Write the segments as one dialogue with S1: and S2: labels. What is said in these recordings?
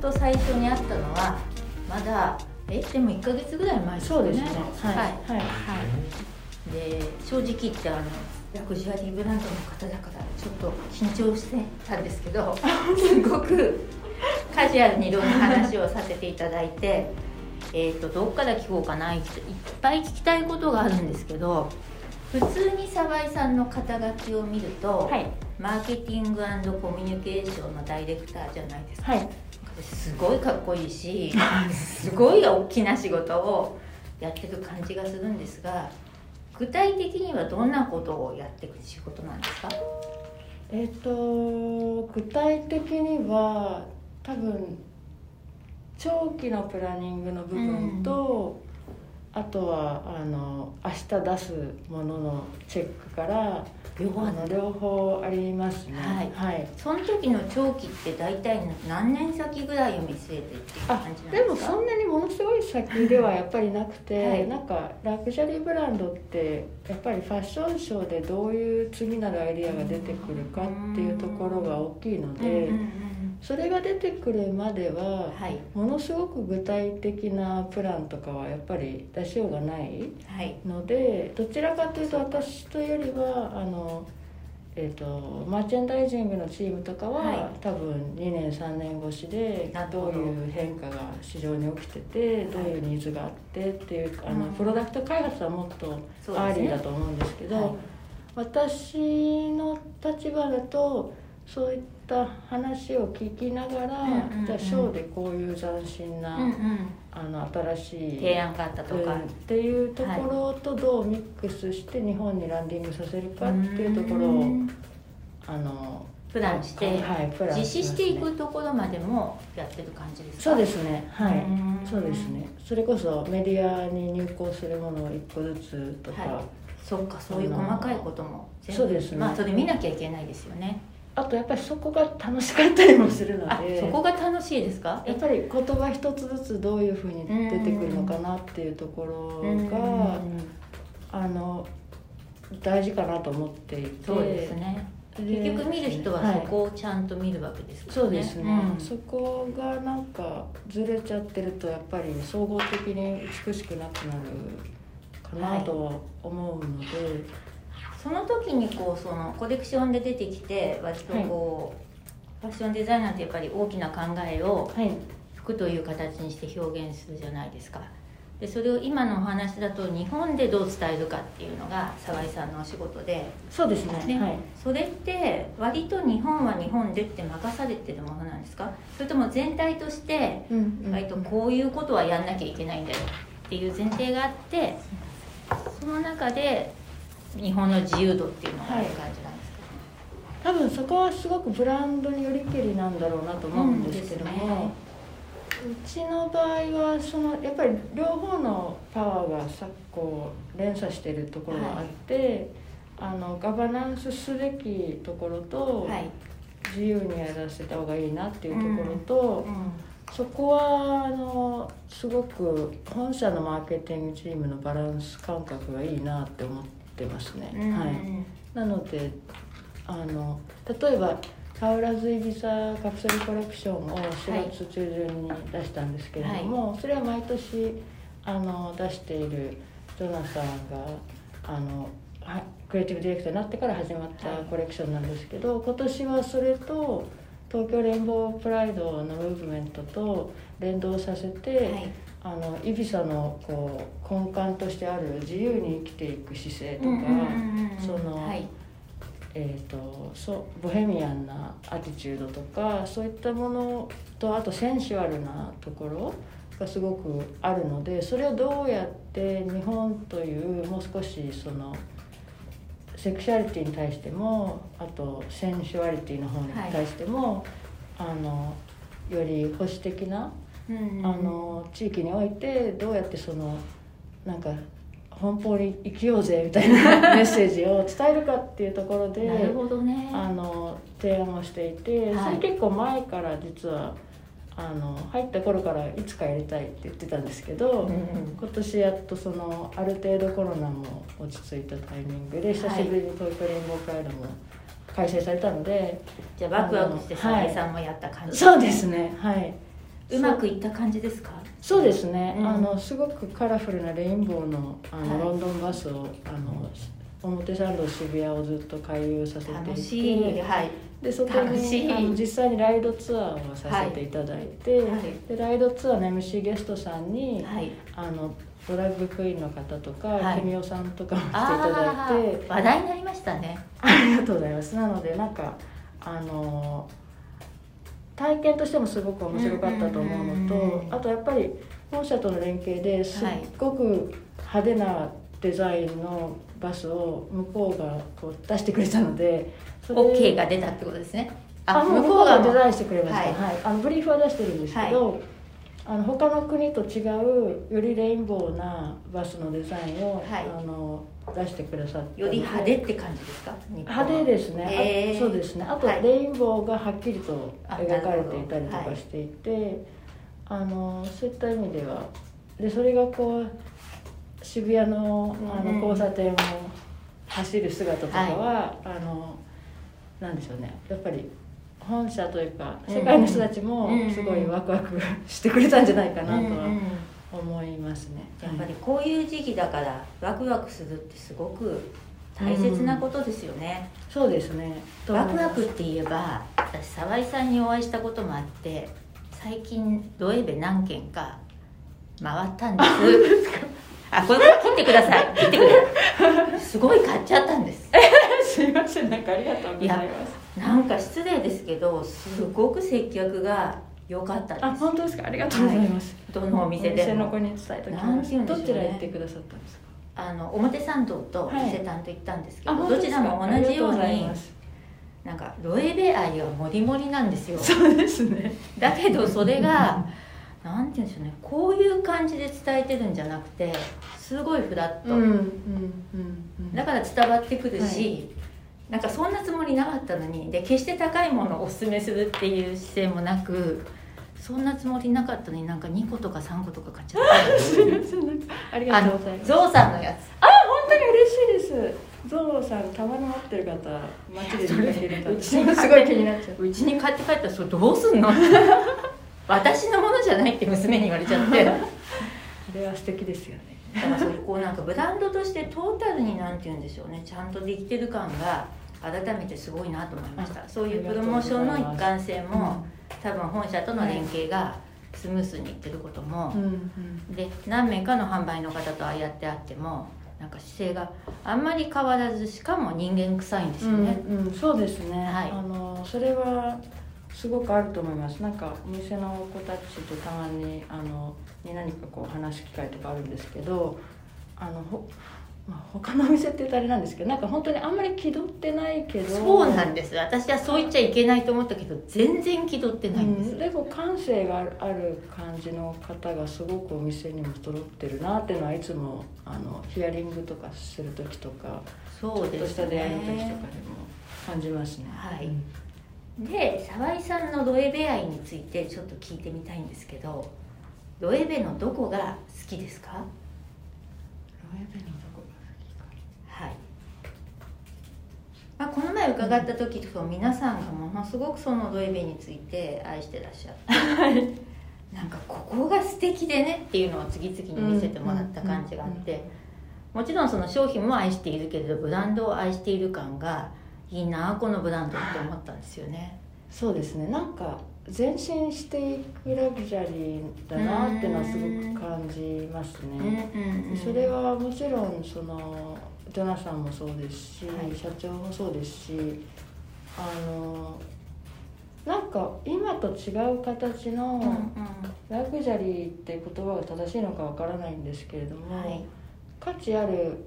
S1: と最初にあったのはまだえでも1ヶ月ぐらい前ですね
S2: そうですね
S1: は
S2: はいい
S1: は
S2: はい
S1: いで正直言ってあのラグジュアリーブランドの方だからちょっと緊張してたんですけ どすごくカジュアルにいろんな話をさせていただいてえーとどっから聞こうかないっぱい聞きたいことがあるんですけど普通に沢井さんの肩書きを見ると、
S2: はい
S1: マーケティングコミュニケーションのダイレクターじゃないですか
S2: はい
S1: すごいかっこいいし すごい大きな仕事をやってる感じがするんですが具体的にはどんなことをやっていく仕事なんですか
S2: えっ、と具体的には多分長期のプランニングの部分と、あとはあの明日出すもののチェックから
S1: 両
S2: あの両方ありますね
S1: はい
S2: はい、
S1: その時の長期って大体何年先ぐらいを見据えてっていう
S2: あ
S1: 感じなん
S2: で
S1: で
S2: も
S1: すか
S2: そんなにものすごい先ではやっぱりなくて、
S1: はい
S2: なんかラグジュアリーブランドってやっぱりファッションショーでどういう次なるアイデアが出てくるかっていうところが大きいの
S1: うんうん
S2: で、それが出てくるまでは
S1: うん、はい
S2: ものすごく具体的なプランとかはやっぱり出しようがない
S1: はい
S2: のでどちらかというと私というよりはあの、えー、とマーチェンダイジングのチームとかは、
S1: はい
S2: 多分2年3年越しで
S1: なるほ
S2: ど
S1: ど
S2: ういう変化が市場に起きててどういうニーズがあってっていうあの、
S1: うん
S2: プロダクト開発はもっと
S1: そう
S2: ア
S1: で
S2: ー
S1: す
S2: リー
S1: ね
S2: だと思うんですけど
S1: はい
S2: 私の立場だとそういった話を聞きながら、
S1: うんうんうん
S2: じゃあショーでこういう斬新な、
S1: うんうん
S2: あの新しい
S1: 提案があったとか、
S2: うんっていうところとどうミックスして日本にランディングさせるかっていうところを
S1: ん
S2: あの
S1: プランして、
S2: はい、プラン
S1: 実施してい
S2: ますね
S1: くところまでもやってる感じですか
S2: そうですねはい
S1: うん
S2: そうですねそれこそメディアに入稿するものを一個ずつとか、
S1: はいそっかそういう細かいことも全部
S2: そうですね
S1: まあそれ見なきゃいけないですよね
S2: あとやっぱりそこが楽しかったりもするの
S1: あ
S2: で
S1: そこが楽しいですか
S2: やっぱり言葉一つずつどういうふうに出てくるのかなっていうところ
S1: うん
S2: があの大事かなと思っていて
S1: そうですね結局見る人はそ
S2: い
S1: こをちゃんと見るわけですから
S2: そうですね、
S1: うん
S2: そこがなんかずれちゃってるとやっぱり総合的に美しくなくなるかなと思うので、
S1: その時にこうそのコレクションで出てきて割とこう、ファッションデザイナーってやっぱり大きな考えを
S2: はい
S1: 服という形にして表現するじゃないですかでそれを今のお話だと日本でどう伝えるかっていうのが沢井さんのお仕事で
S2: そうですね
S1: ね
S2: はい
S1: それって割と日本は日本でって任されてるものなんですかそれとも全体として
S2: うん
S1: 割とこういうことはやんなきゃいけないんだよっていう前提があってその中で日本の自由度っていうのがある感じなんですか、
S2: 多分そこはすごくブランドによりけりなんだろうなと思うんですけども、うちの場合はそのやっぱり両方のパワーが昨今連鎖してるところがあって、あのガバナンスすべきところと、
S1: はい、
S2: 自由にやらせた方がいいなっていうところと、そこはあのすごく本社のマーケティングチームのバランス感覚がいいなって思ってますね。
S1: うん
S2: はい、なのであの例えばタウラズイビサカプセルコレクションを4月中旬に出したんですけれども、それは毎年あの出しているジョナサンがあのはクリエイティブディレクターになってから始まった
S1: はい
S2: コレクションなんですけど、今年はそれと東京レインボープライドのムーブメントと連動させて、
S1: はい
S2: あのイビサのこう根幹としてある自由に生きていく姿勢とか。その
S1: はい
S2: えー、とそうボヘミアンなアティチュードとかそういったものとあとセンシュアルなところがすごくあるのでそれをどうやって日本というもう少しそのセクシュアリティに対してもあとセンシュアリティの方に
S1: はい
S2: 対しても、あのより保守的な
S1: うんうんうん
S2: あの地域においてどうやってそのなんか奔放に生きようぜみたいなメッセージを伝えるかっていうところで
S1: なるほどね
S2: あの提案をしていて、
S1: はい
S2: それ結構前から実はあの入った頃からいつかやりたいって言ってたんですけど、
S1: うんうん
S2: 今年やっとそのある程度コロナも落ち着いたタイミングで久しぶりに東京レインボーカイドも開催されたので、
S1: じゃあワクワクして
S2: あのは
S1: 沢
S2: い
S1: 井さんもやった感じ、
S2: そうですねはい
S1: うまくいった感じですか
S2: そうですね、
S1: うん
S2: あのすごくカラフルなレインボーのあの、
S1: はい
S2: ロンドンバスをあの表参道渋谷をずっと回遊させていて
S1: 楽しいはい
S2: でそこ
S1: 楽しい
S2: にあの実際にライドツアーをさせていただいて、
S1: はい
S2: でライドツアーの MC ゲストさんに、
S1: はい
S2: あのドラッグクイーンの方とか、
S1: はい
S2: 君おさんとかも来ていた
S1: あ
S2: だいて
S1: ー話題になりましたね
S2: ありがとうございますなのでなんかあの体験としてもすごく面白かったと思うのと、
S1: うんうんうんうん
S2: あとやっぱり本社との連携ですっごく派手なデザインのバスを向こうがこう出してくれたのでそれ
S1: OK が出たってことですね
S2: あ向こうがデ
S1: も
S2: ザインしてくれました、
S1: は
S2: はいいあのブリーフは出してるんですけど、あの他の国と違うよりレインボーなバスのデザインを、
S1: はい
S2: あの出してくださって
S1: より派手って感じですか
S2: 派手ですね、あ
S1: へー
S2: そうですねあと
S1: はい
S2: レインボーがはっきりと
S1: あなる
S2: 描
S1: ほど
S2: かれていたりとかしていて、あのそういった意味ではでそれがこう渋谷の
S1: う
S2: あ
S1: ん
S2: の交差点を走る姿とかは、あのなんでしょうねやっぱり本社というか
S1: うん
S2: 世界の人たちも
S1: うん
S2: すごいワクワクしてくれたんじゃないか
S1: か
S2: なと
S1: うんうん
S2: は思いますね。
S1: やっぱ
S2: はい
S1: りこういう時期だからワクワクするってすごく大切なことですよね、
S2: そうですねと
S1: ワ
S2: 思い
S1: ク
S2: ます
S1: ワクって言えば私沢井さんにお会いしたこともあって最近ドエベ何軒か回ったんですあこれ切ってください切ってくださいすごい買っちゃったんです
S2: すいませんなんかありがとうございます。
S1: なんか失礼ですけどすごく接客が良かった
S2: あ、
S1: です
S2: 本当ですか。ありがとうございます。
S1: どのお店
S2: お
S1: で
S2: 店の子
S1: も
S2: に伝えとき
S1: なん
S2: ま
S1: て言うん
S2: す。
S1: でし
S2: ど
S1: ょうね
S2: ちら行ってくださったんですか。
S1: あの表参道と伊勢丹と行ったんですけど、
S2: あ
S1: どちらも同じように
S2: ありがとございます
S1: なんかロエベ愛がモリモリなんですよ
S2: そうですね。
S1: だけどそれがなんて言うんでしょうねこういう感じで伝えてるんじゃなくてすごいフラッ
S2: う
S1: ト、
S2: んうんうんうん。
S1: だから伝わってくるし、なんかそんなつもりなかったのにで決して高いものをおすすめするっていう姿勢もなくそんなつもりなかったのになんか2個とか3個とか買っちゃっ
S2: すいませんなんかあり
S1: たあ
S2: がとう
S1: の
S2: ございます。
S1: ゾウさんのやつ
S2: 本当に嬉しいです。ゾウさんたまに持ってる方街で見かける方。
S1: うち
S2: 私もすごい気になっちゃう。
S1: うちに買って帰ったらそれどうすん の私のものじゃないって娘に言われちゃって。
S2: あれは素敵ですよね。
S1: だからそういうこうなんかブランドとしてトータルになんて言うんでしょうねちゃんとできてる感が改めてすごいなと思いましたそういうプロモーションの一貫性も多分本社との連携がスムースにいってることも
S2: う、んうん。
S1: で何名かの販売の方とああやってあってもなんか姿勢があんまり変わらずしかも人間臭いんですよね、
S2: うんうん、そうですね、
S1: はい
S2: あのそれはすごくあると思いますなんかお店の子たちとたまにあのに何かこう話す機会とかあるんですけどあのほ、まあ、他のお店って言うとあれなんですけどなんか本当にあんまり気取ってないけど
S1: そうなんです私はそう言っちゃいけないと思ったけど全然気取ってないんです、
S2: うんでも感性があるある感じの方がすごくお店にも揃ってるなっていうのはいつもあのヒアリングとかする時とか
S1: そう
S2: ちょっ
S1: で
S2: と
S1: す
S2: した出会いの時とかで
S1: ね
S2: も感じますね。
S1: はい
S2: うん
S1: で沢井さんのドエベ愛についてちょっと聞いてみたいんですけどドエベのどこが好きですか
S2: ロエベのどこが好きか
S1: はい、まあ、この前伺った時と皆さんがものすごくそのドエベについて愛してらっしゃって、なんかここが素敵でねっていうのを次々に見せてもらった感じがあって、もちろんその商品も愛しているけれどブランドを愛している感がいいなこのブランドって思ったんですよね。
S2: そうですねなんか前進していくラグジュアリーだなっていうのはすごく感じますね、それはもちろんそのジョナさんもそうですし、
S1: はい
S2: 社長もそうですしあのなんか今と違う形
S1: うんうん
S2: のラグジュアリーって言葉が正しいのかわからないんですけれども、
S1: はい
S2: 価値ある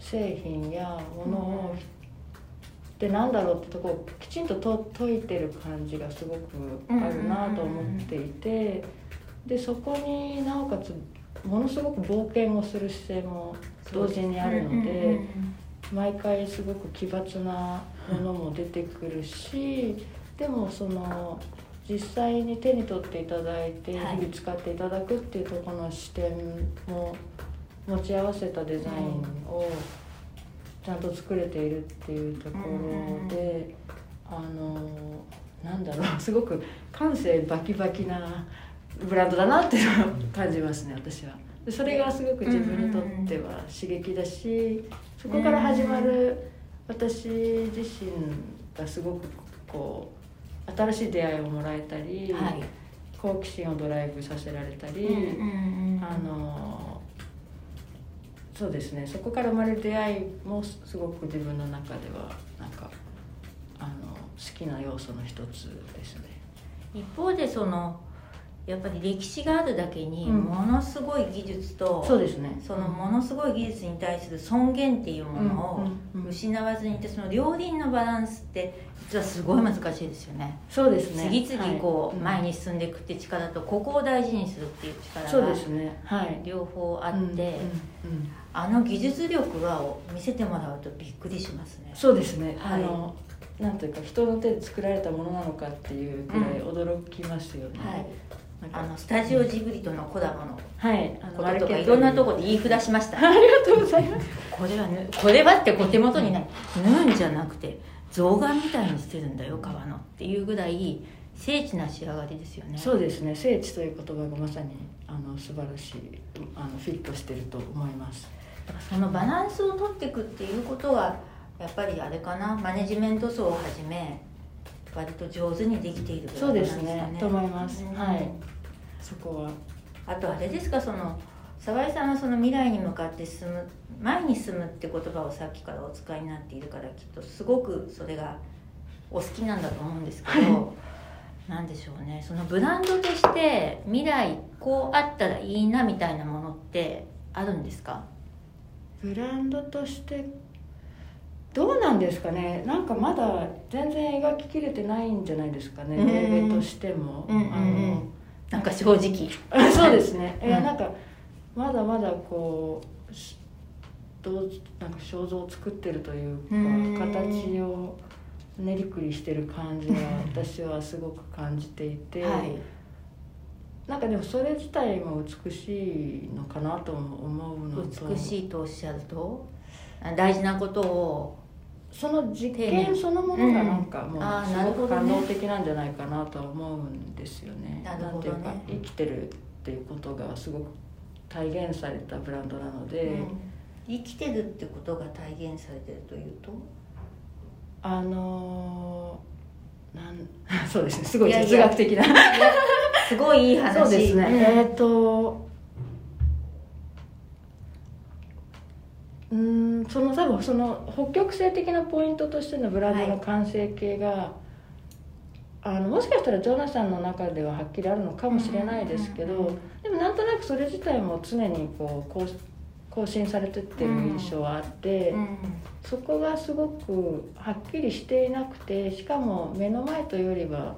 S2: 製品やものを、ってなんだろうってとこをきちんとと解いてる感じがすごくあるなと思っていて、でそこになおかつものすごく冒険をする姿勢も同時にあるので、毎回すごく奇抜なものも出てくるしでもその実際に手に取っていただいて日
S1: はい
S2: 々使っていただくっていうところの視点も持ち合わせたデザインをちゃんと作れているっていうところであのなんだろう すごく感性バキバキなブランドだなっていうのを感じますね私はでそれがすごく自分にとっては刺激だしそこから始まる私自身がすごくこう新しい出会いをもらえたり、
S1: はい
S2: 好奇心をドライブさせられたり、
S1: うん
S2: あのそうですねそこから生まれる出会いもすすごく自分の中ではなんかあの好きな要素の一つですね。
S1: 一方でそのやっぱり歴史があるだけに
S2: うん
S1: ものすごい技術と、
S2: そうですね
S1: そのものすごい技術に対する尊厳っていうもの
S2: うんうん
S1: を
S2: うん
S1: 失わずにいてその両輪のバランスって実はすごい難しいですよね
S2: そうですね
S1: 次々こう
S2: はい
S1: 前に進んでいくって力とここを大事にするっていう
S2: うん
S1: 力
S2: そう
S1: が
S2: ですねはい
S1: 両方あ
S2: あ
S1: ってあの技術力はを見せてもらうとびっくりしますね。
S2: そうですね、
S1: はい
S2: あのなんというか人の手で作られたものなのかっていうくらい驚きますよね、
S1: はい、
S2: なんか
S1: あのスタジオジブリとのコラボの
S2: はいあ
S1: こ
S2: の
S1: ととかいろんなとこで言いふらしました
S2: ありがとうござい ます
S1: これはぬこれはってお手元にない縫うんじゃなくて象眼みたいにしてるんだよ革のっていうぐらい精緻な仕上がりですよね
S2: そうですね聖地という言葉がまさにあの素晴らしいあのフィットしてると思います
S1: だからそのバランスを取っていくっていうことがやっぱりあれかなマネジメント層をはじめ割と上手にできている
S2: そうですね
S1: なんか
S2: と思います、
S1: うん
S2: はいそこは
S1: あとあれですかその澤井さんはその未来に向かって進む前に進むって言葉をさっきからお使いになっているからきっとすごくそれがお好きなんだと思うんですけどなんでしょうねそのブランドとして未来こうあったらいいなみたいなものってあるんですか
S2: ブランドとしてどうなんですかねなんかまだ全然描ききれてないんじゃないですかね
S1: うん
S2: レーベとしても、
S1: うんうんうんなんか正直
S2: あの そうですね、
S1: うん
S2: いやなんかまだまだこうしどうなんか肖像を作ってるというか、
S1: うん
S2: 形を練りくりしてる感じが私はすごく感じていて、
S1: はい
S2: なんかでもそれ自体も美しいのかなとも思うのと
S1: 美しいとおっしゃるとあ大事なことを
S2: その実
S1: 丁寧
S2: 験そのものがなんかも
S1: うんあー
S2: うす
S1: なる
S2: ご
S1: ほど
S2: く
S1: ね
S2: 感動的なんじゃないかなとは思うんですよね。
S1: なるほどね
S2: んていうか生きてるっていうことがすごく体現されたブランドなので、
S1: うん生きてるってことが体現されてるというと
S2: あのーなん そうですねすごい
S1: いやいや
S2: 哲学的な
S1: すごいいい話
S2: そうですね、
S1: ん
S2: えっ、とうーんその多分その北極星的なポイントとしてのブランドの完成形が、あのもしかしたらジョナサンの中でははっきりあるのかもしれないですけど、
S1: うんうんうんうん
S2: でもなんとなくそれ自体も常にこう更更新されてってる印象はあって。そこがすごくはっきりしていなくてしかも目の前というよりは、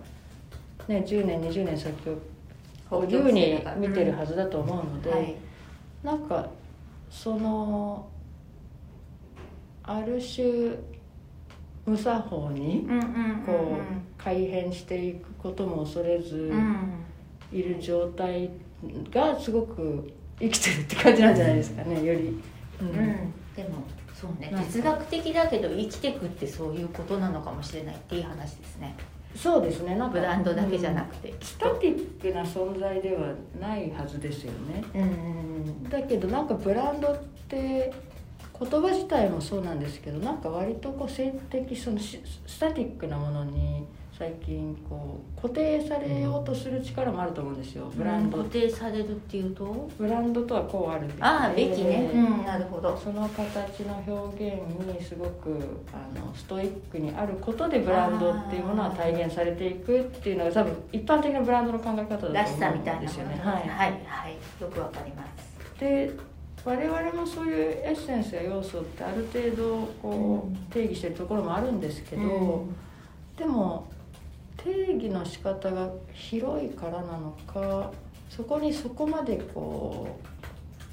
S2: ね、10年20年先を自由に見てるはずだと思うので、
S1: はい、
S2: なんかそのある種無作法に
S1: うんうんうん
S2: こう改変していくことも恐れず
S1: うん
S2: いる状態がすごく生きてるって感じなんじゃないですかねより。う
S1: うんんでもそうね
S2: なんか
S1: 哲学的だけど生きてくってそういうことなのかもしれないっていい話ですね
S2: そうですねなんか
S1: ブランドだけじゃなくて、
S2: スタティックな存在ではないはずですよね
S1: うんうん
S2: だけどなんかブランドって言葉自体もそうなんですけどなんか割とこう性的そのしスタティックなものに最近こう固定されようとする力もあると思うんですよブランド、
S1: 固定されるっていうと
S2: ブランドとはこうあるべき
S1: ああべきね、
S2: うん
S1: うんなるほど
S2: その形の表現にすごくあのストイックにあることでブランドっていうものは体現されていくっていうのが多分一般的なブランドの考え方だと思うん
S1: らしさみたいなもの
S2: ですよね。はい
S1: はい、はいよくわかります
S2: で我々もそういうエッセンスや要素ってある程度こ
S1: うん
S2: う定義してるところもあるんですけど、
S1: うん
S2: でも定義の仕方が広いからなのかそこにそこまでこ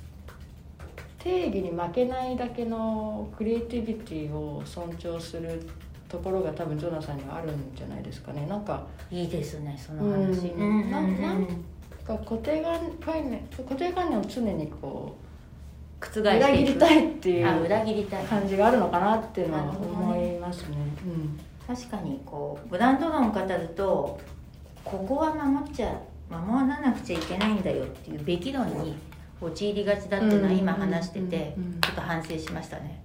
S2: う定義に負けないだけのクリエイティビティを尊重するところが多分ジョナさんにはあるんじゃないですかねなんか
S1: いいですねその話、
S2: うんななんが固定概念固定概念を常にこ
S1: 覆
S2: う裏切りたいっていう
S1: あ裏切りたい
S2: 感じがあるのかなっていうのは
S1: なるほど
S2: 思
S1: ね
S2: いますね。うん
S1: 確かにこうブランド論語るとここは守っちゃ守らなくちゃいけないんだよっていうべき論に陥りがちだっていうのは今話してて
S2: うんうんうんうん
S1: ちょっと反省しましたね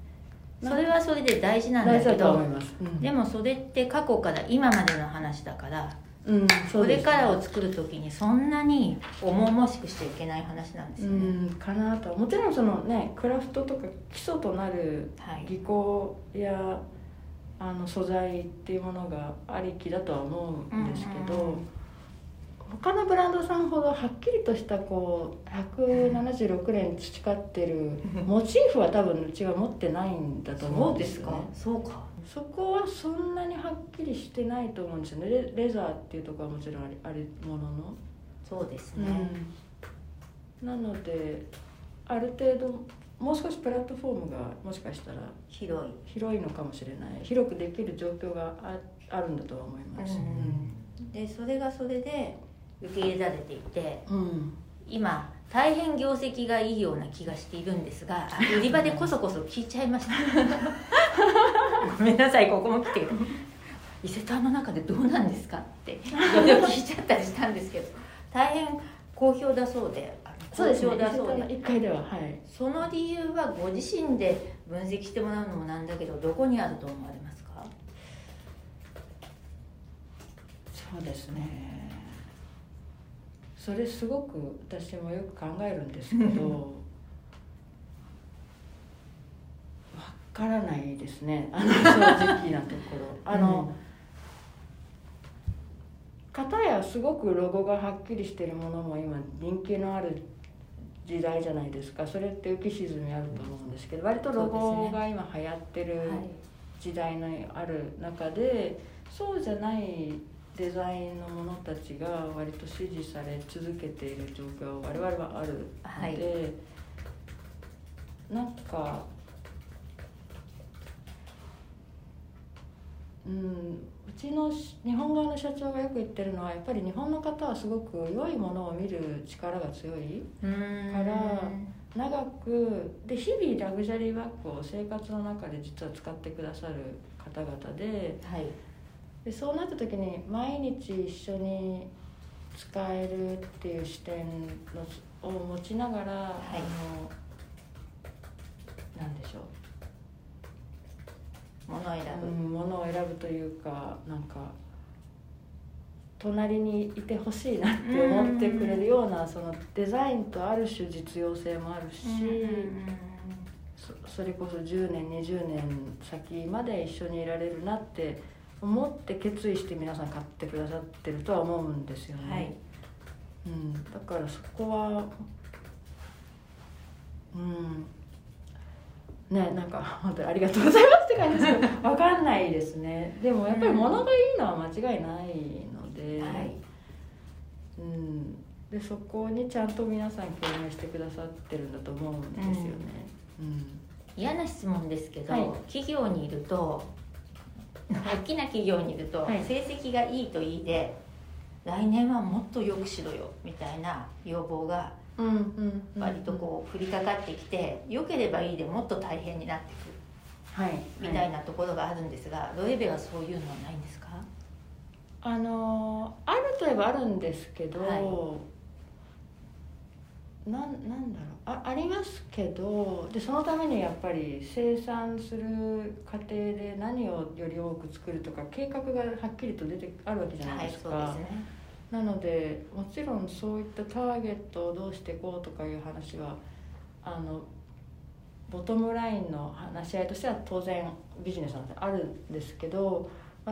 S1: それはそれで大事なんだ
S2: 大事
S1: け
S2: だと
S1: ど
S2: 思います、うん
S1: でもそれって過去から今までの話だから
S2: うん
S1: これから
S2: を
S1: を作る時にそんなに重々しくしちゃいけない話なんです
S2: う
S1: よね、
S2: んかなともちろんそのねクラフトとか基礎となる
S1: はい
S2: 技巧やあの素材っていうものがありきだとは思うんですけど、
S1: うんうんうん
S2: 他のブランドさんほどはっきりとしたこう176年培ってるモチーフは多分うちは持ってないんだと思うんですよね。
S1: そうか
S2: そこはそんなにはっきりしてないと思うんですよねレレザーっていうところはもちろんありあるものの、
S1: そうですね、
S2: なのである程度もう少しプラットフォームがもしかしたら
S1: 広い
S2: 広いのかもしれない広くできる状況がああるんだとは思います、
S1: でそれがそれで受け入れられていて
S2: うんうん
S1: 今大変業績がいいような気がしているんです が売り場でこそこそ聞いちゃいましたごめんなさいここも来て伊勢丹の中でどうなんですかっていろいろ聞いちゃったりしたんですけど大変好評だそうであの好評だそうで
S2: 1回でははい
S1: その理由はご自身で分析してもらうのもなんだけどどこにあると思われますか
S2: そうですねそれすごく私もよく考えるんですけど わからないですね あの正直なところあの、片やすごくロゴがはっきりしてるものも今人気のある時代じゃないですかそれって浮き沈みあると思うんですけど割とロゴが今流行ってる、時代のある中でそうじゃないデザインのものたちが割と支持され続けている状況は我々はあるので、
S1: はい
S2: なんかうん、うちのし日本側の社長がよく言ってるのはやっぱり日本の方はすごく良いものを見る力が強い。
S1: うん
S2: から長くで日々ラグジュアリーバッグを生活の中で実は使ってくださる方々で
S1: はい
S2: でそうなった時に毎日一緒に使えるっていう視点のを持ちながら、
S1: い
S2: あのなんでしょう
S1: 物選ぶ、
S2: うん、ものを選ぶというかなんか隣にいてほしいなって思ってくれるようなそのデザインとある種実用性もあるし。そそれこそ10年20年先まで一緒にいられるなって思って決意して皆さん買ってくださってるとは思うんですよね、
S1: はい
S2: うん、だからそこはうんねなんか本当にありがとうございますって感じですけ どわかんないですねでもやっぱり物がいいのは間違いないので、
S1: はい
S2: うん、でそこにちゃんと皆さん共鳴してくださってるんだと思うんですよね、うん
S1: 嫌な質問ですけど、
S2: はい
S1: 企業にいる と大きな企業にいると、
S2: はい
S1: 成績がいいといいで来年はもっとよくしろよみたいな要望が割
S2: 割
S1: とこう降りかかってきて良ければいいでもっと大変になって
S2: うん、はい、
S1: くるみたいな
S2: は
S1: ところがあるんですが、ロエベはそういうのはないんですか
S2: あのーあるといえばあるんですけど、
S1: は
S2: なんなんだろうあありますけどでそのためにやっぱり生産する過程で何をより多く作るとか計画がはっきりと出てあるわけじゃ
S1: は
S2: な
S1: い
S2: いで
S1: そ
S2: すか、
S1: うですね
S2: なのでもちろんそういったターゲットをどうしていこうとかいう話はあのボトムラインの話し合いとしては当然ビジネスなんてあるんですけど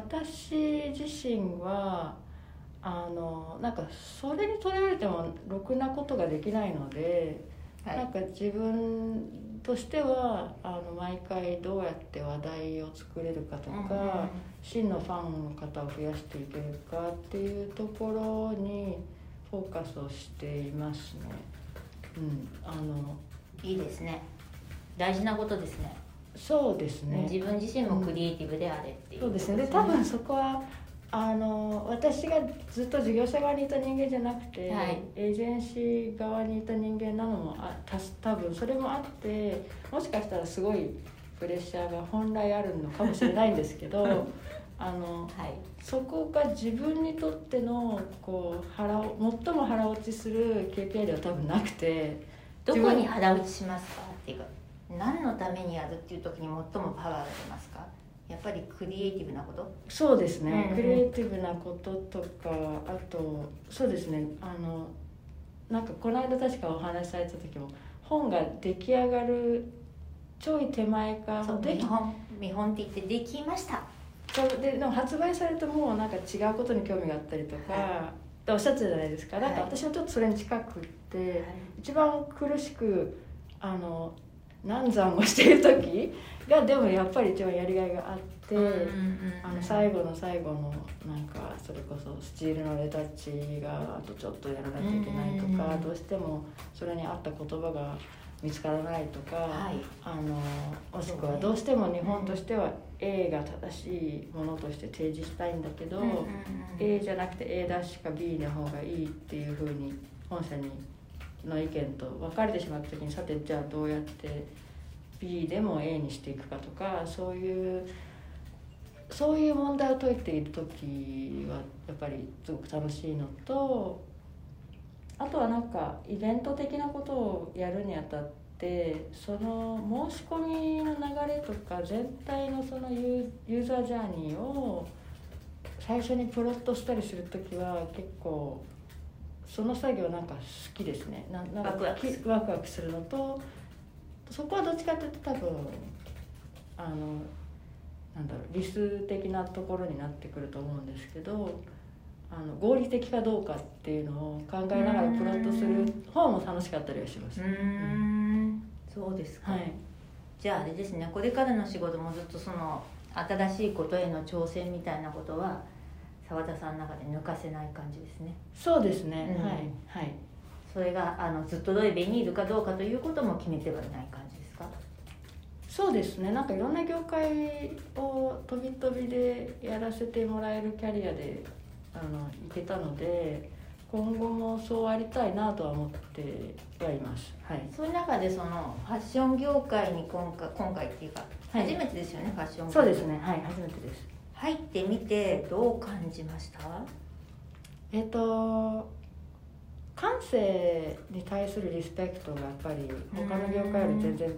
S2: 私自身はあのなんかそれにとらわれてもろくなことができないので、
S1: はい
S2: なんか自分としてはあの毎回どうやって話題を作れるかとか。真のファンの方を増やしていけるかっていうところにフォーカスをしていますね。うん、あの
S1: いいですね大事なことですね
S2: そうですね。
S1: 自分自身もクリエイティブであれっていう、
S2: そうですね。で多分そこはあの私がずっと事業者側にいた人間じゃなくて、
S1: はい
S2: エージェンシー側にいた人間なのもあたす多分それもあって もしかしたらすごいプレッシャーが本来あるのかもしれないんですけどあの
S1: はい
S2: そこが自分にとってのこう腹を最も腹落ちする KPI では多分なくて
S1: どこに腹打ちしますかっていうか何のためにやるっていう時に最もパワーが出ますかやっぱりクリエイティブなこと
S2: そうですね、
S1: うん
S2: クリエイティブなこととかあとそうですねあのなんかこの間確かお話しされた時も本が出来上がるちょい手前か
S1: そう
S2: で
S1: 見本見本って言ってできました
S2: そうででも発売されてもうなんか違うことに興味があったりとか、
S1: は
S2: っておっしゃってたじゃないですかだから
S1: はい
S2: 私はちょっとそれに近くって、一番苦しくあの難産をしている時がでもやっぱり一番やりがいがあって。
S1: うんうんうん
S2: あの最後の最後のなんかそれこそスチールのレタッチがあとちょっとやらなきゃいけないと
S1: うんうん
S2: か
S1: うん
S2: どうしてもそれに合った言葉が見つからないとか、
S1: はい
S2: あのもしくはどうしても日本としては A が正しいものとして提示したいんだけど、
S1: うんうんうん
S2: A じゃなくて A' ダッシュか B の方がいいっていうふうに本社にの意見と分かれてしまった時にさてじゃあどうやって B でも A にしていくかとかそういうそういう問題を解いている時はやっぱりすごく楽しいのとあとはなんかイベント的なことをやるにあたってその申し込みの流れとか全体のそのユーユーザージャーニーを最初にプロットしたりする時は結構その作業なんか好きですねななんか
S1: ワクワクす
S2: ワクワクするのとそこはどっちかっていうと多分あのなんだろう理数的なところになってくると思うんですけどあの合理的かどうかっていうのを考えながらプロットする方も楽しかったりはします。
S1: うーんそうですか、
S2: はい、
S1: じゃああれですねこれからの仕事もずっとその新しいことへの挑戦みたいなことは澤田さんの中で抜かせない感じですね
S2: そうですね、
S1: うん
S2: はい、はい、
S1: それがあのずっとドイベにいるかどうかということも決めてはいない感じですか
S2: そうですねなんかいろんな業界を飛び飛びでやらせてもらえるキャリアであの行けたので今後もそうありたいなとは思ってはいます。はい、
S1: そういう中でそのファッション業界に今回今回っていうか
S2: はい
S1: 初めてですよね、ファッション業界
S2: そうですね、はい、初めてです。
S1: 入ってみてどう感じました
S2: えっ、と感性に対するリスペクトがやっぱり他の業界より全然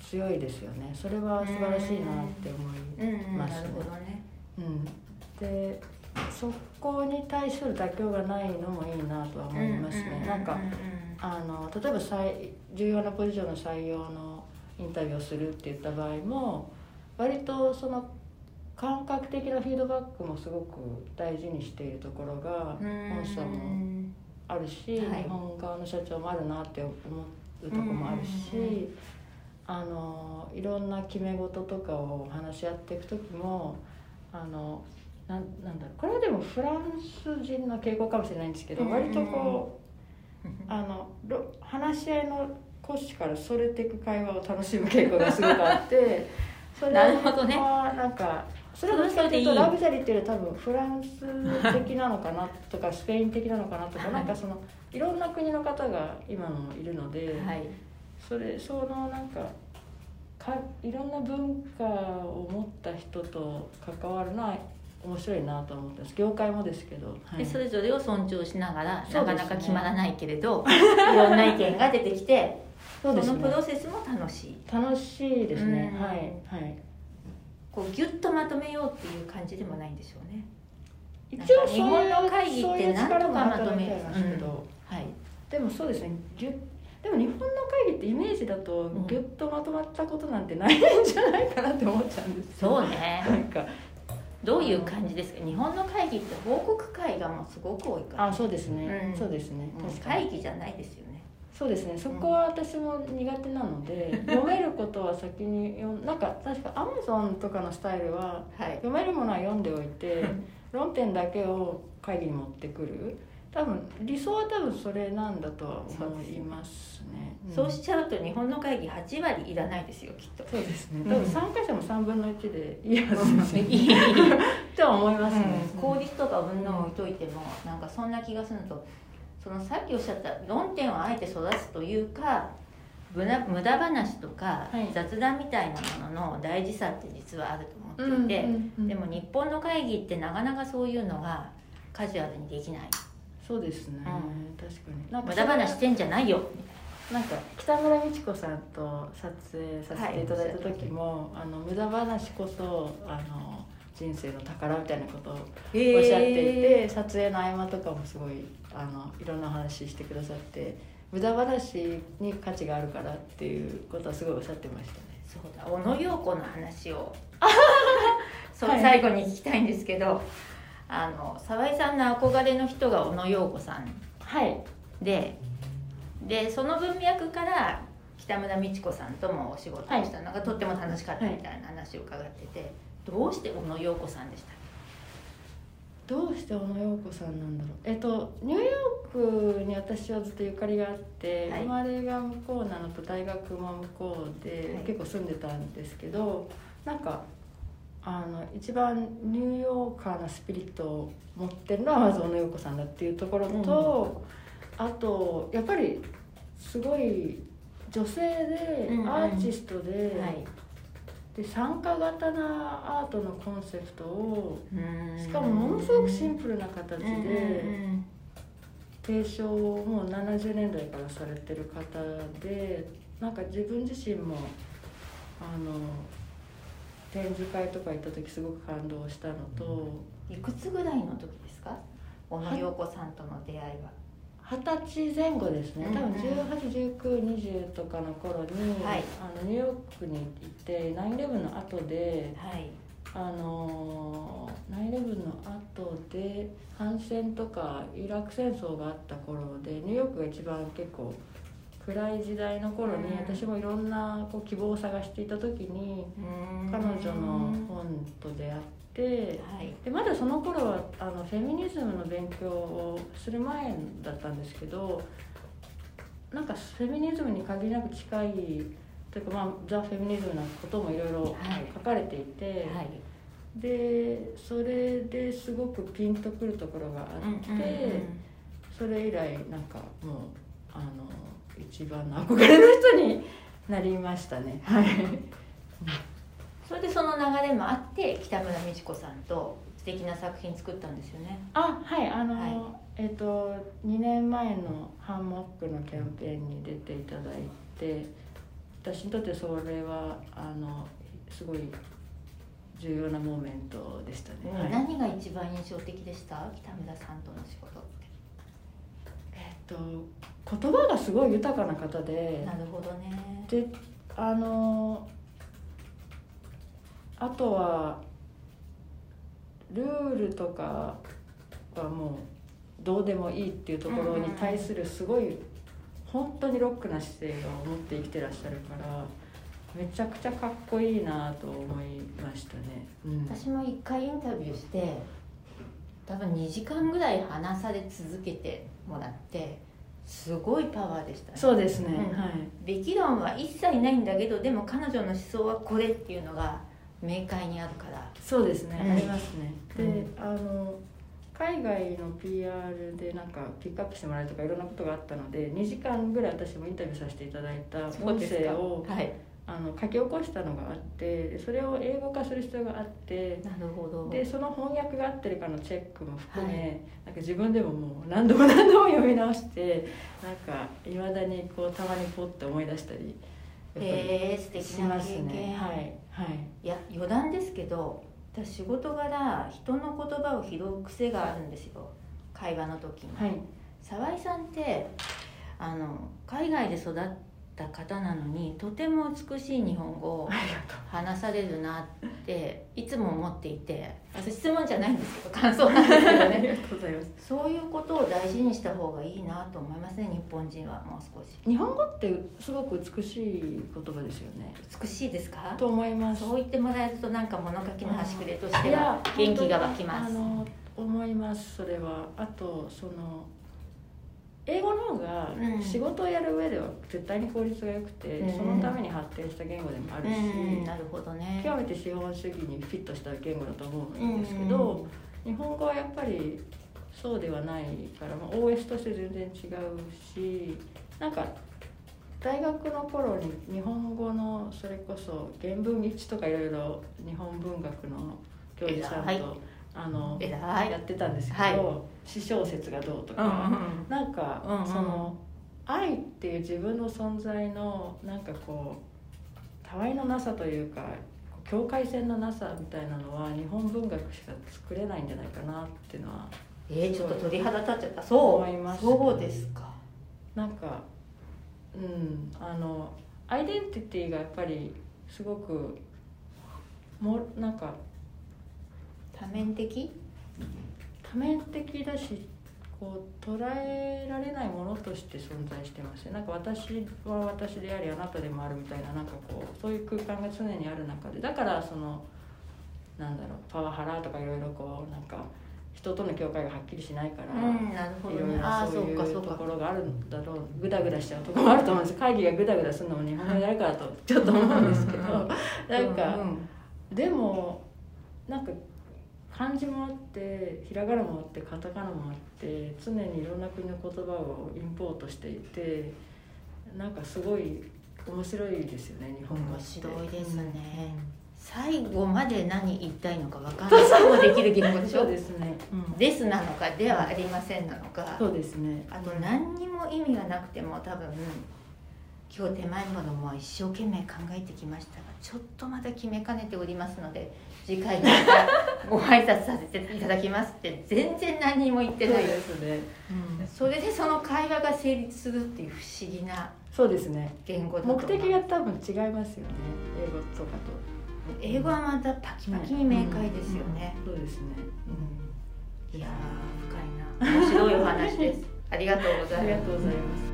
S2: 強いですよねそれは素晴らしいなって思い、
S1: うん、うん、
S2: ま
S1: な
S2: あ
S1: るほどね
S2: うん、でそこに対する妥協がないのもいいなとは思いますね、なんかあの例えば採重要なポジションの採用のインタビューをするって言った場合も割とその感覚的なフィードバックもすごく大事にしているところが本社もあるし、
S1: はい
S2: 日本側の社長もあるなって思うとこもある
S1: う
S2: し、
S1: んうんうん
S2: あのいろんな決め事とかを話し合っていく時もあのなんなんだろうこれはでもフランス人の傾向かもしれないんですけど、
S1: うんうんうん
S2: 割とこうあのろ話し合いの骨子からそれていく会話を楽しむ傾向がすごくあって それ
S1: なるほどね
S2: はなんかそれはどっちかっていうとラブジャリーっていうより多分フランス的なのかなとかスペイン的なのかなとかなんかそのいろんな国の方が今もいるので、
S1: はい
S2: それそのなんかかいろんな文化を持った人と関わるのは面白いなと思ってます業界もですけど、はい
S1: でそれぞれを尊重しながら、
S2: そ
S1: な
S2: うで
S1: か
S2: すね
S1: なか決まらないけれ どいろんな意見が出てきて
S2: そ
S1: そう
S2: です
S1: のプロ
S2: ね
S1: セスも楽しい
S2: 楽しいですね
S1: うん
S2: はいはい
S1: こうギュッとまとめようっていう感じでもないんでしょうね
S2: 一
S1: なんか
S2: 応そういう
S1: 日本の会議
S2: そう
S1: っ
S2: い
S1: て
S2: う
S1: なん
S2: 力
S1: とかま
S2: も
S1: と
S2: 働い
S1: め
S2: てますけど、
S1: はい
S2: でもそうですねぎゅでも日本の会議ってイメージだと
S1: うん
S2: ぎゅっとまとまったことなんてないんじゃないかなって思っちゃうんですよ
S1: そうね
S2: なんか
S1: どういう感じですか日本の会議って報告会がもうすごく多いから
S2: あそうですね、
S1: うん
S2: そうですね
S1: もう
S2: 確かに、
S1: 会議じゃないですよね
S2: そうですねそこは私も苦手なので、 読めることは先に読んなんか確かアマゾンとかのスタイルは
S1: はい
S2: 読めるものは読んでおいて論点だけを会議に持ってくる多分理想は多分それなんだとは思いますねん
S1: そうしちゃうと日本の会議8割いらないですよきっと
S2: そうですね。
S1: うん
S2: 多分参加者も三分の一でいいはずですね。
S1: いい
S2: とは思いますね。
S1: 効率とか云々置いといてもなんかそんな気がするのとそのさっきおっしゃった論点をあえて育つというか無駄無駄話とか
S2: はい
S1: 雑談みたいなものの大事さって実はあると思っていて、でも日本の会議ってなかなかそういうのがカジュアルにできない
S2: そうですね、
S1: うん
S2: 確かになんか
S1: 無駄話してんじゃないよみ
S2: なんか北村美智子さんと撮影させていただいた時も、あの無駄話こそあの人生の宝みたいなことを
S1: たいな
S2: おっしゃっていて、撮影の合間とかもすごいあのいろんな話してくださって無駄話に価値があるからっていうことはすごいおっしゃってましたね。
S1: そうだ小野陽子の話 をそう、
S2: はい
S1: 最後に聞きたいんですけどあの沢井さんの憧れの人が小野陽子さん
S2: はい、
S1: ででその文脈から北村美智子さんともお仕事をしたのがとっても楽しかったみたいな話を伺ってて、どうして小野陽子さんでしたっ
S2: どうして小野陽子さんなんだろうえっとニューヨークに私はずっとゆかりがあって、
S1: はい
S2: 生まれが向こうなのと大学も向こうで、
S1: はい
S2: 結構住んでたんですけどなんかあの一番ニューヨーカーなスピリットを持ってるのはまず小野陽子さんだっていうところと、あとやっぱりすごい女性で、
S1: うんうん
S2: アーティストで,、
S1: け、はい、
S2: で参加型なアートのコンセプトをしかもものすごくシンプルな形
S1: うんうん
S2: で提唱をもう70年代からされてる方でなんか自分自身もあの展示会とか行った時すごく感動したのと
S1: うんいくつぐらいの時ですか小野陽子さんとの出会いは
S2: 二十歳前後ですね
S1: うん
S2: 多分
S1: うん
S2: 181920とかの頃に、
S1: はい
S2: あのニューヨークに行って9-11の後で
S1: はい
S2: あのー9-11の後で反戦とかイラク戦争があった頃でニューヨークが一番結構暗い時代の頃に、
S1: うん
S2: 私もいろんなこう希望を探していた時に彼女の本と出会って
S1: はい
S2: でまだその頃はあのフェミニズムの勉強をする前だったんですけどなんかフェミニズムに限りなく近いというか、まあ、ザ・フェミニズムなこともいろいろ
S1: はい
S2: 書かれていて。
S1: はい
S2: でそれですごくピンとくるところがあって、それ以来なんかもうあの一番の憧れの人になりましたねはい
S1: それでその流れもあって北村美智子さんと素敵な作品作ったんですよね
S2: あはいあの、
S1: は
S2: えっ、と2年前のハンモックのキャンペーンに出ていただいて私にとってそれはあのすごい重要なモーメントでしたね、はい
S1: 何が一番印象的でした北村さんとの仕事っ
S2: えっ、と言葉がすごい豊かな方で
S1: てなるほどね
S2: であのあとはルールとかはもうどうでもいいっていうところに対するすごい本当にロックな姿勢を持って生きてらっしゃるからめちゃくちゃかっこいいなと思いましたね。うん、
S1: 私も一回インタビューして多分2時間ぐらい話され続けてもらってすごいパワーでしたね
S2: そうですね、
S1: うん
S2: はい
S1: べき論は一切ないんだけどでも彼女の思想はこれっていうのが明快にあるから
S2: そうですね、
S1: うん
S2: ありますねで、
S1: うん
S2: あの海外の PR でなんかピックアップしてもらえるとかいろんなことがあったので2時間ぐらい私もインタビューさせていただいた音声を
S1: はい
S2: あの書き起こしたのがあってでそれを英語化する必要があって
S1: なるほど
S2: でその翻訳が合ってるかのチェックも含め、なんか自分でももう何度も何度も読み直してなんかいまだにこうたまにポッて思い出したりやっぱり
S1: へえ素
S2: し
S1: 敵な
S2: ま
S1: 経
S2: す
S1: 験、
S2: ね。はい、はい
S1: いや余談ですけど私仕事柄人の言葉を拾う癖があるんですよ会話の時に、
S2: はい
S1: 沢井さんってあの海外で育った方なのにとても美しい日本語を
S2: ありがとう
S1: 話されるなっていつも思っていて私質問じゃないんですけど感想なんですけど
S2: あ
S1: ね
S2: りがとうございます。
S1: そういうことを大事にした方がいいなと思いますね日本人はもう少し
S2: 日本語ってすごく美しい言葉ですよね。
S1: 美しいですか
S2: と思います。
S1: そう言ってもらえるとなんか物書きの端くれとして
S2: い
S1: は
S2: や
S1: 元気が湧きます
S2: あの思います。それはあとその英語の方が
S1: うん
S2: 仕事をやる上では絶対に効率が良くて、
S1: うん
S2: そのために発展した言語でもあるし、
S1: うんなるほどね
S2: 極めて資本主義にフィットした言語だと思うんですけど、日本語はやっぱりそうではないから、まあ、OS として全然違うしなんか大学の頃に日本語のそれこそ原文一とかいろいろ日本文学の教授さんと、
S1: 偉い
S2: あの
S1: えら
S2: や
S1: い
S2: ってたんですけど、
S1: はい
S2: 私小説がどうと
S1: う
S2: か、
S1: んうん
S2: なんか、
S1: うんうん
S2: その愛っていう自分の存在のなんかこうたわいのなさというか境界線のなさみたいなのは日本文学しか作れないんじゃないかなっていうのは
S1: えー、ちょっと鳥肌立っちゃったそう
S2: 思います
S1: そうですか
S2: なんかうんあのアイデンティティがやっぱりすごくもなんか
S1: 多面的
S2: 多面的だしこう捉えられないものとして存在してますねなんか私は私でありあなたでもあるみたいななんかこうそういう空間が常にある中でだからそのなんだろうパワハラとかいろいろこうなんか人との境界がはっきりしないから。
S1: うんなるほ
S2: い
S1: ど
S2: ろい
S1: ね
S2: ろ
S1: ああ
S2: そ
S1: そう
S2: いうう
S1: か
S2: と
S1: そう
S2: こ
S1: か
S2: ろがあるんだろうグダグダしちゃうところもあると思うんです会議がグダグダするのも日本語でやるからとちょっと思うんですけど
S1: うんうん
S2: なんか、
S1: うん
S2: でもなんか漢字もあってひらがなもあってカタカナもあって常にいろんな国の言葉をインポートしていてなんかすごい面白いですよね日
S1: うん
S2: 本語
S1: 面
S2: って
S1: 白いですね、最後まで何言いたいのか分かんない最後できる言語でし
S2: そ
S1: ょ
S2: うですね、うん
S1: ですなのかではありませんなのか
S2: そうですね
S1: あと何にも意味がなくても多分今日手前ものも一生懸命考えてきましたがちょっとまだ決めかねておりますので次回またご挨拶させていただきますって全然何も言って
S2: そう
S1: ない
S2: ですね、
S1: それでその会話が成立するっていう不思議な
S2: そうですね
S1: 言語だと思
S2: 目
S1: う
S2: 的が多分違いますよね英語とかと
S1: 英語はまたパキパキに明快ですよね、
S2: そうですね、
S1: いやー深いな面白いお話ですありがとうございます
S2: ありがとうございます